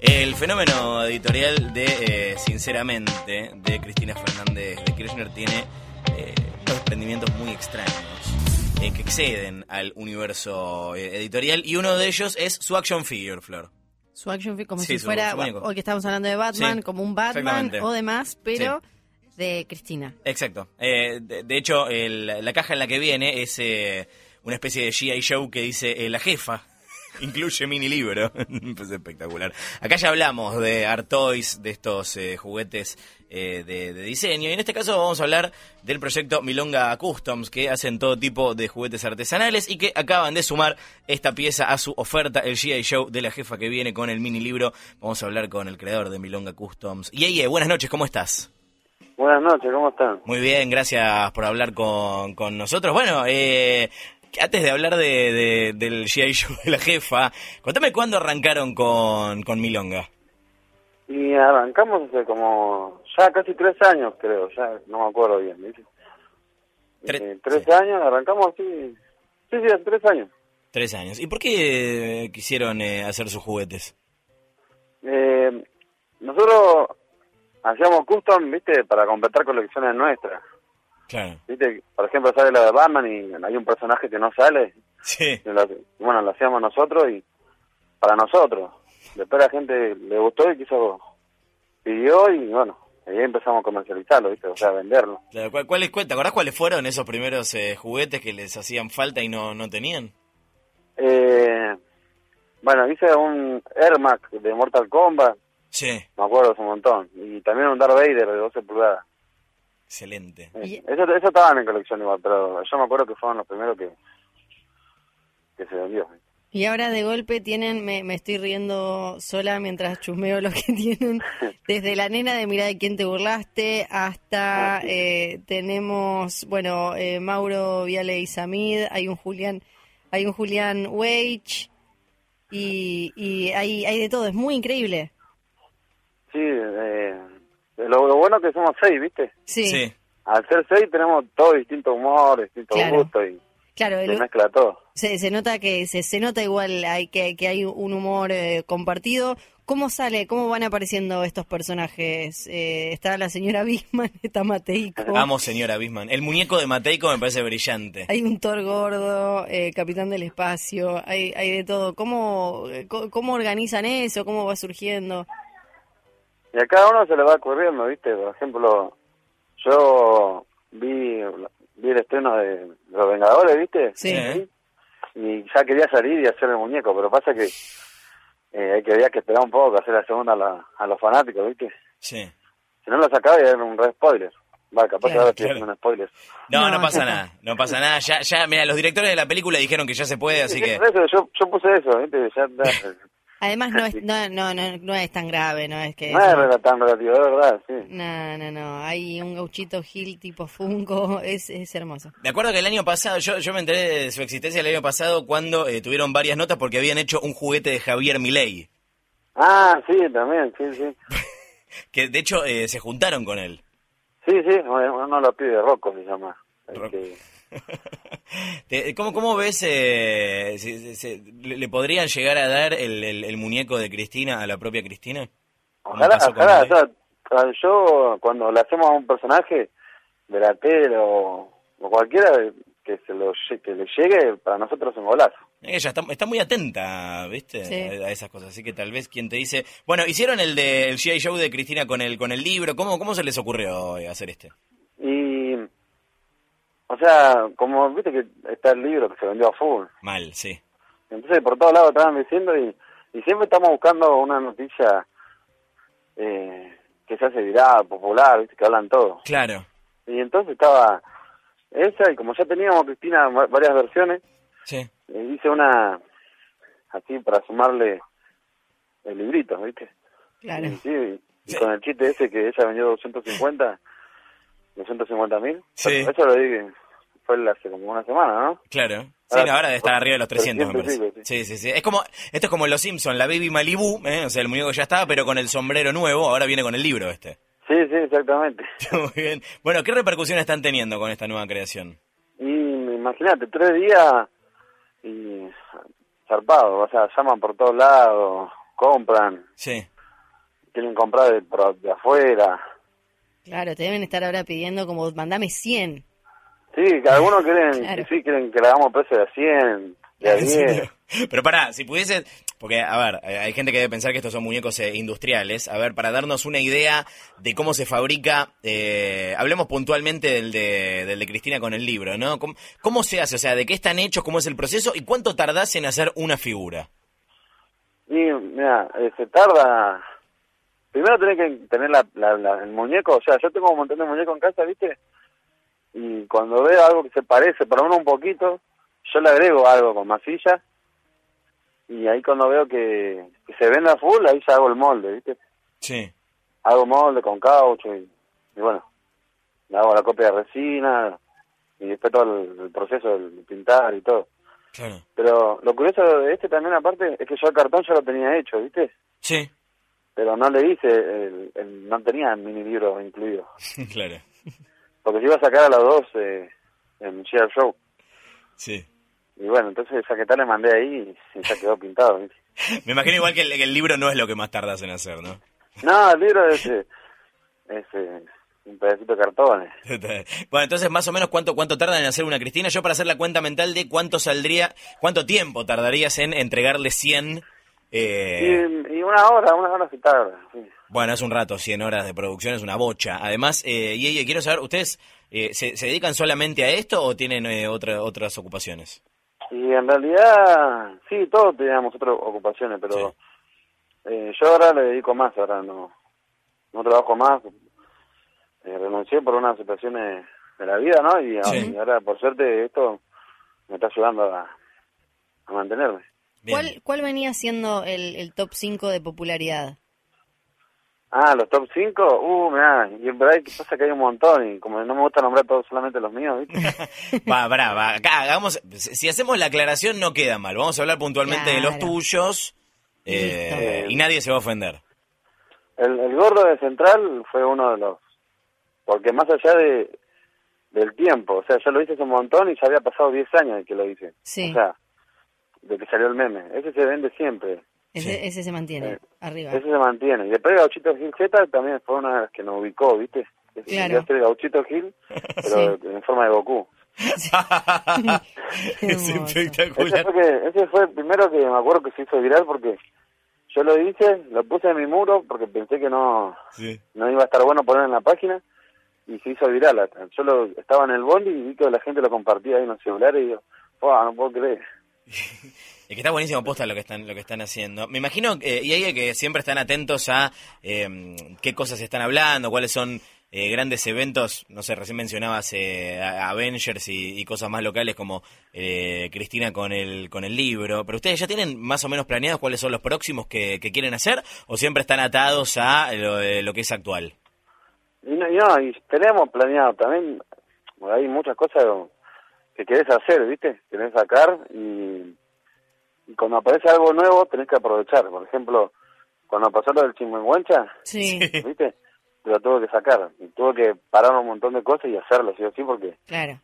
El fenómeno editorial de eh, Sinceramente, de Cristina Fernández de Kirchner, tiene eh, unos emprendimientos muy extraños eh, que exceden al universo eh, editorial y uno de ellos es su action figure, Flor. Su action figure, como Sí, si su- fuera, su muñeco. hoy que estamos hablando de Batman, Sí, como un Batman exactamente. o demás, pero de Cristina. Exacto. Eh, de, de hecho, el- la caja en la que viene es eh, una especie de G.I. Show que dice eh, la jefa. Incluye mini libro. es espectacular. Acá ya hablamos de Art Toys, de estos eh, juguetes eh, de, de diseño. Y en este caso vamos a hablar del proyecto Milonga Customs, que hacen todo tipo de juguetes artesanales y que acaban de sumar esta pieza a su oferta, el G.I. Show de la jefa que viene con el mini libro. Vamos a hablar con el creador de Milonga Customs. Yeye, buenas noches, ¿cómo estás? Buenas noches, ¿cómo están? Muy bien, gracias por hablar con, con nosotros. Bueno, eh, antes de hablar de, de- del G.I. Show de la jefa, contame cuándo arrancaron con, con Milonga. Y arrancamos hace como ya casi tres años, creo, ya no me acuerdo bien. ¿viste? Tres- Eh, tres sí. años, arrancamos así. Sí, sí, hace tres años. Tres años. ¿Y por qué eh, quisieron eh, hacer sus juguetes? Eh, nosotros hacíamos custom, ¿viste? Para completar colecciones nuestras. Claro. ¿Viste? Por ejemplo, sale la de Batman y hay un personaje que no sale. Sí, y lo- bueno, lo hacíamos nosotros y para nosotros. Después la gente le gustó y quiso, pidió y bueno, ahí empezamos a comercializarlo, ¿viste? O sea, a venderlo. claro. ¿Cuál, cuál, cuál- te acordás cuáles fueron esos primeros eh, juguetes que les hacían falta y no, no tenían? Eh, bueno, hice un Ermac de Mortal Kombat, Sí, me acuerdo hace un montón. Y también un Darth Vader de 12 pulgadas. excelente. Eh, Y- Eso, eso estaban en colección igual, pero yo me acuerdo que fueron los primeros que, que se vendió. Y ahora de golpe tienen, me, me estoy riendo sola mientras chusmeo lo que tienen, desde la nena de Mirá de quién te burlaste hasta eh, tenemos, bueno, eh, Mauro Viale y Samid, hay un Julián, hay un Julián Weich y, y hay, hay de todo, es muy increíble. Sí, eh, lo, lo bueno es que somos seis, ¿viste? Sí, sí. Al ser seis tenemos todo distinto humor, distinto Claro. gusto y claro, el- se mezcla todo. se, se nota que se, se nota igual hay, que, que hay un humor eh, compartido. ¿Cómo sale? ¿Cómo van apareciendo estos personajes? Eh, está la señora Bisman, está Mateico, Amo, señora Bisman. El muñeco de Mateico me parece brillante. hay un Thor gordo, eh, Capitán del Espacio, hay, hay de todo. ¿Cómo, eh, co- ¿Cómo organizan eso? ¿Cómo va surgiendo? Y a cada uno se le va ocurriendo, ¿viste? Por ejemplo, yo vi, vi el estreno de Los Vengadores, ¿viste? Sí. Sí. Y ya quería salir y hacer el muñeco, pero pasa que eh, hay que había que esperar un poco, hacer la segunda a, la- a los fanáticos, ¿viste? Sí. Si no lo sacaba, era un re spoiler. Va, capaz que Claro, ahora estoy claro. haciendo un spoiler. No, no, No, pasa ya está. nada, no pasa nada. Ya, ya, mira, los directores de la película dijeron que ya se puede, así Sí, que. por eso yo, yo puse eso, ¿viste? Ya, ya- Además no es, no, no, no, no es tan grave, no es que... no es rela- tan relativo, de verdad, sí. No, no, no, hay un gauchito Gil tipo Funko, es, es hermoso. Me acuerdo que el año pasado, yo, yo me enteré de su existencia el año pasado cuando eh, tuvieron varias notas porque habían hecho un juguete de Javier Milei, Ah, sí, también, sí, sí. que de hecho eh, se juntaron con él. Sí, sí, uno lo pide, Rocco se llama. el Rocco. que- Te- ¿Cómo, cómo ves, eh, si- si- si- le le podrían llegar a dar el, el- el muñeco de Cristina a la propia Cristina? Eh, Ojalá, pasó con ojalá, Milei? o sea, a- yo cuando le hacemos a un personaje de la tele o, o cualquiera que se lo lle- que le llegue, para nosotros es un golazo. Ella está, está muy atenta, ¿viste? Sí. A, a esas cosas, así que tal vez quien te dice... Bueno, hicieron el del G.I. Show de Cristina con el, con el libro, ¿cómo, cómo se les ocurrió eh, hacer este? Y, o sea, como viste que está el libro que se vendió a full, Mal, sí. entonces por todos lados estaban diciendo y, y siempre estamos buscando una noticia eh, que se hace viral, popular, viste, que hablan todo. Claro, Y entonces estaba esa, y como ya teníamos, Cristina, va- varias versiones, sí. eh, hice una así para sumarle el librito, ¿viste? Claro. Y sí, y Sí. con el chiste ese que ella vendió 250, 250 mil. Sí. Eso lo dije, fue hace como una semana, ¿no? Claro. Sí, Ah, no, ahora debe estar arriba de los 300, 300, me parece. Sí, sí, sí, sí. Es como, esto es como Los Simpson, la Baby Malibu, ¿eh? o sea, el muñeco ya estaba, pero con el sombrero nuevo, ahora viene con el libro este. Sí, sí, exactamente. Muy bien. Bueno, ¿qué repercusiones están teniendo con esta nueva creación? Y imagínate, tres días y zarpado, o sea, llaman por todos lados, compran, Sí. quieren comprar de, pro- de afuera. Claro, te deben estar ahora pidiendo como, mandame 100. Sí, que algunos quieren, Claro. sí, quieren que le hagamos precio de 100, de a 10. Pero pará, si pudieses, porque a ver, eh, hay gente que debe pensar que estos son muñecos eh, industriales. A ver, para darnos una idea de cómo se fabrica, eh, hablemos puntualmente del de, del de Cristina con el libro, ¿no? ¿Cómo, cómo se hace? O sea, ¿de qué están hechos? ¿Cómo es el proceso? ¿Y cuánto tardás en hacer una figura? Y mira, eh, se tarda. Primero tenés que tener la, la- la- el muñeco. O sea, yo tengo un montón de muñecos en casa, ¿viste? Y cuando veo algo que se parece, por lo menos un poquito, yo le agrego algo con masilla. Y ahí cuando veo que, que se venda full, ahí ya hago el molde, ¿viste? Sí. Hago molde con caucho y, y bueno, le hago la copia de resina y después todo el, el proceso del pintar y todo. Claro. Pero lo curioso de este también, aparte, es que yo el cartón ya lo tenía hecho, ¿viste? Sí. pero no le hice, el, el- no tenía mini libro incluido, claro. porque se iba a sacar a las dos eh, en Share Show. Sí. Y bueno, entonces esa que tal le mandé ahí y ya quedó pintado. ¿viste? Me imagino igual que el, que el libro no es lo que más tardas en hacer, ¿no? No, el libro es, eh, es eh, un pedacito de cartón. Bueno, entonces más o menos cuánto cuánto tardan en hacer una Cristina. Yo para hacer la cuenta mental de cuánto saldría, cuánto tiempo tardarías en entregarle 100. eh, Y, y una hora, una hora se tarda. sí. Bueno, es un rato, 100 horas de producción es una bocha. Además, eh, y, y quiero saber, ¿ustedes eh, se, se dedican solamente a esto o tienen eh, otra- otras ocupaciones? Y en realidad, sí, todos teníamos otras ocupaciones, pero Sí. eh, yo ahora le dedico más, ahora no, no trabajo más. Eh, renuncié por unas situaciones de la vida, ¿no? Y, a- Sí. y ahora, por suerte, esto me está ayudando a, a mantenerme. Bien. ¿Cuál, ¿Cuál venía siendo el, el top 5 de popularidad? Ah, los top 5, uh, mirá, y en verdad que pasa que hay un montón, y como no me gusta nombrar todos solamente los míos, ¿viste? Va, brava. Acá hagamos, si si hacemos la aclaración no queda mal. Vamos a hablar puntualmente de los Claro. tuyos eh, Listo. y nadie se va a ofender. El, el gordo de Central fue uno de los. Porque más allá de del tiempo, o sea, yo lo hice hace un montón y ya había pasado 10 años de que lo hice. Sí. O sea, de que salió el meme. Ese se vende siempre. Ese, Sí. ese se mantiene Eh, arriba. Ese se mantiene. Y después Gauchito Gil Z también fue una de las que nos ubicó, ¿viste? Ese Claro. quería ser Gauchito Gil, pero en forma de Goku. es Hermoso. Ese espectacular. fue, que- ese fue el primero que me acuerdo que se hizo viral porque yo lo hice, lo puse en mi muro porque pensé que no, Sí. no iba a estar bueno poner en la página y se hizo viral. Hasta- Yo lo, estaba en el bondi y vi que la gente lo compartía ahí en los celulares y digo, "Fua, no puedo creer. Es que está buenísimo posta lo que están, lo que están haciendo. Me imagino, eh, y hay que siempre están atentos a eh, qué cosas están hablando, cuáles son eh, grandes eventos. No sé, recién mencionabas eh, a- Avengers y, y cosas más locales como eh, Cristina con el, con el libro. Pero ustedes ya tienen más o menos planeados cuáles son los próximos que, que quieren hacer o siempre están atados a lo, de- lo que es actual. Y no, y no, y tenemos planeado también, hay muchas cosas que querés hacer, ¿viste? Querés sacar y, y cuando aparece algo nuevo tenés que aprovechar. Por ejemplo, cuando pasó lo del chimenguencha, Sí, ¿viste? Lo tuve que sacar. Y tuve que parar un montón de cosas y hacerlo, sí o sí, porque claro.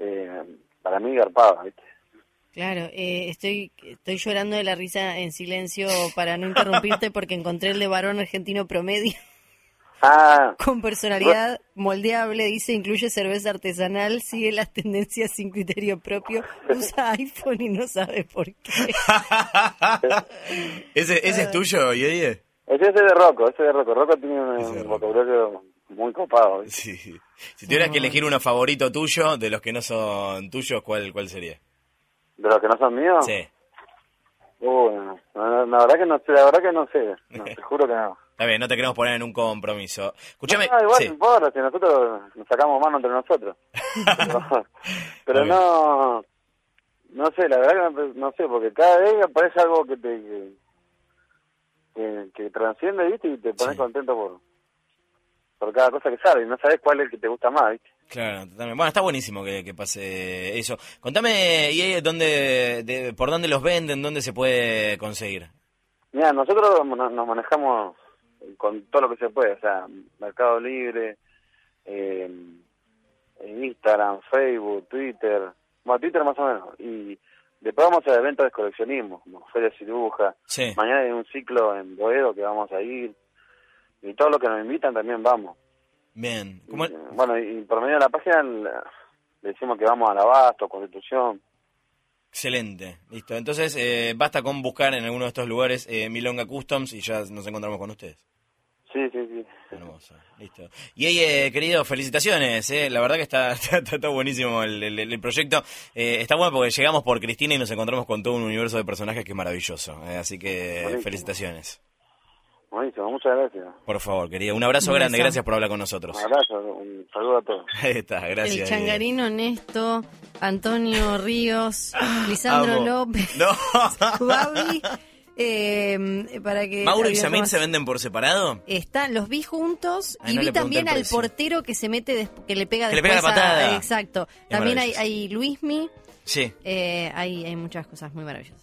eh, para mí garpaba, ¿viste? Claro, eh, estoy, estoy llorando de la risa en silencio para no interrumpirte porque encontré el de varón argentino promedio Ah, con personalidad moldeable, dice, incluye cerveza artesanal, sigue las tendencias sin criterio propio, usa iPhone y no sabe por qué. ¿Ese, ese es tuyo, Yeye? Eh, ese es de Rocco, ese de Rocco. Rocco tiene un, Ese de un Rocco. vocabulario muy copado, ¿viste? Sí. Si tuvieras que elegir uno favorito tuyo, de los que no son tuyos, ¿cuál, cuál sería? De los que no son míos. Sí. Uh, no, no, la verdad que no sé, la verdad que no sé. No, te juro que no. Está bien, no te queremos poner en un compromiso. Escúchame. No, igual sí. no importa, si nosotros nos sacamos mano entre nosotros. Pero, pero no, no sé, la verdad que no, no sé, porque cada vez aparece algo que te que, que, que transciende, ¿viste? Y te pones Sí. contento por por cada cosa que sale y no sabes cuál es el que te gusta más, ¿viste? Claro, totalmente. Bueno, está buenísimo que, que pase eso. Contame, y ahí dónde, de- por dónde los venden, dónde se puede conseguir. Mira, nosotros mo- nos manejamos con todo lo que se puede, o sea, Mercado Libre, eh, Instagram, Facebook, Twitter, bueno, Twitter más o menos, y Después vamos a eventos de coleccionismo, como Feria Ciruja. Sí. Mañana hay un ciclo en Boedo que vamos a ir. Y todos los que nos invitan también vamos. Bien. ¿Cómo- Y, eh, bueno, y por medio de la página la- le decimos que vamos al Abasto, Constitución. Excelente, listo. Entonces, eh, basta con buscar en alguno de estos lugares eh, Milonga Customs y ya nos encontramos con ustedes. Sí, sí, sí. Hermoso, listo. Y ahí, eh, querido, felicitaciones. eh. La verdad que está, está, está todo buenísimo el, el- el proyecto. Eh, está bueno porque llegamos por Cristina y nos encontramos con todo un universo de personajes que es maravilloso. eh, así que Buenísimo. felicitaciones. Buenísimo, muchas gracias. Por favor, querido. Un abrazo Un grande. beso. Gracias por hablar con nosotros. Un abrazo, un saludo a todos. Ahí está, gracias. el eh. changarino Nesto, Antonio Ríos, Lisandro Ah, Amo. López, No. Babi, eh, para que... Mauro y había Samir más. se venden por separado. Están, los vi juntos Ay, y no vi le pregunté también el al precio. portero que se mete, des- que le pega Que le pega la después a- patada. exacto. Es También hay, maravilloso. hay Luismi, Sí. eh, hay, hay muchas cosas muy maravillosas.